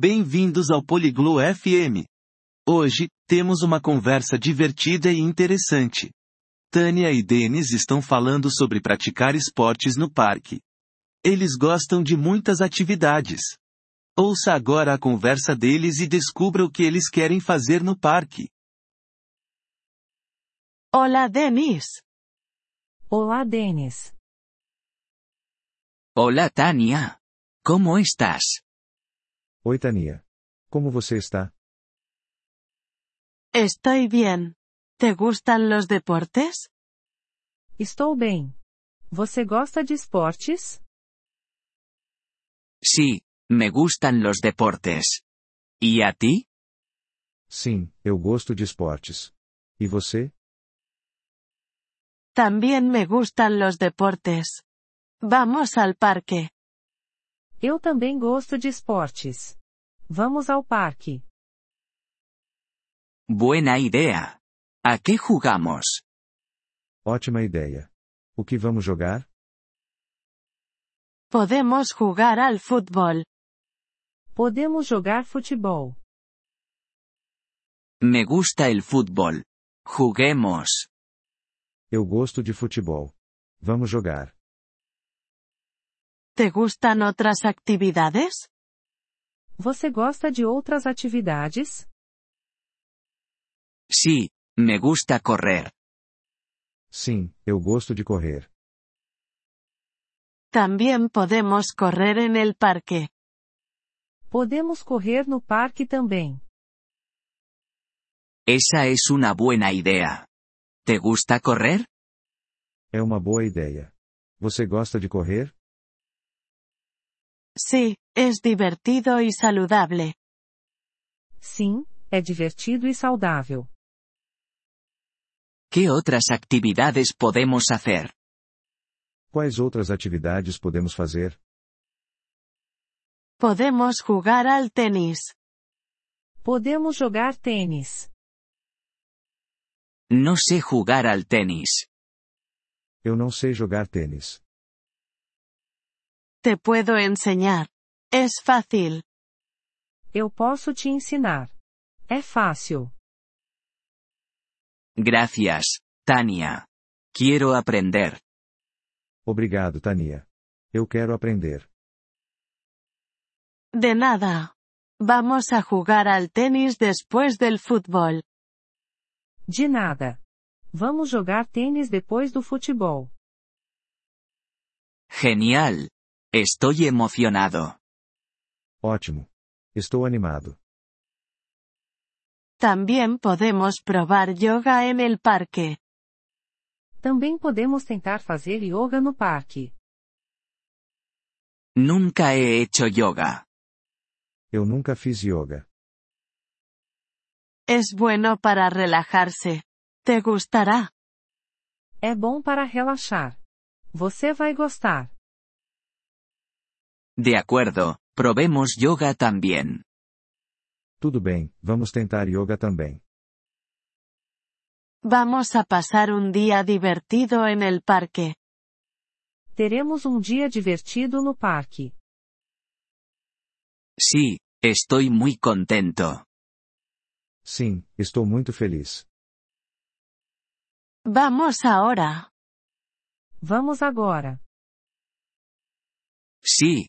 Bem-vindos ao Poliglo FM. Hoje, temos uma conversa divertida e interessante. Tânia e Denis estão falando sobre praticar esportes no parque. Eles gostam de muitas atividades. Ouça agora a conversa deles e descubra o que eles querem fazer no parque. Hola Denis. Olá, Denis. Hola Tania. ¿Cómo estás? Oi, Tania. Como você está? Estoy bien. ¿Te gustan los deportes? Estou bem. Você gosta de esportes? Sí, me gustan los deportes. ¿Y a ti? Sim, eu gosto de esportes. E você? También me gustan los deportes. Vamos al parque. Eu também gosto de esportes. Vamos ao parque. Buena idea. ¿A qué jugamos? Ótima ideia. O que vamos jogar? Podemos jugar al fútbol. Podemos jogar futebol. Me gusta el fútbol. Juguemos. Eu gosto de futebol. Vamos jogar. ¿Te gustan otras actividades? Você gosta de outras atividades? Sí, me gusta correr. Sim, eu gosto de correr. También podemos correr en el parque. Podemos correr no parque também. Esa es una buena idea. ¿Te gusta correr? É uma boa ideia. Você gosta de correr? Sí, es divertido y saludable. Sim, é divertido e saudável. ¿Qué otras actividades podemos hacer? Quais outras atividades podemos fazer? Podemos jugar al tenis. Podemos jogar tênis. No sé jugar al tenis. Eu não sei jogar tênis. Te puedo enseñar. Es fácil. Eu posso te ensinar. É fácil. Gracias, Tania. Quiero aprender. Obrigado, Tania. Eu quero aprender. De nada. Vamos a jugar al tenis después del fútbol. De nada. Vamos jogar tênis depois do futebol. Genial. Estoy emocionado. Ótimo. Estou animado. También podemos probar yoga en el parque. Também podemos tentar fazer yoga no parque. Nunca he hecho yoga. Eu nunca fiz yoga. Es bueno para relajarse. Te gustará. É bom para relaxar. Você vai gostar. De acuerdo, probemos yoga también. Tudo bem, vamos tentar yoga também. Vamos a pasar un día divertido en el parque. Teremos um dia divertido no parque. Sí, estoy muy contento. Sim, estou muito feliz. Vamos ahora. Vamos agora. Sí,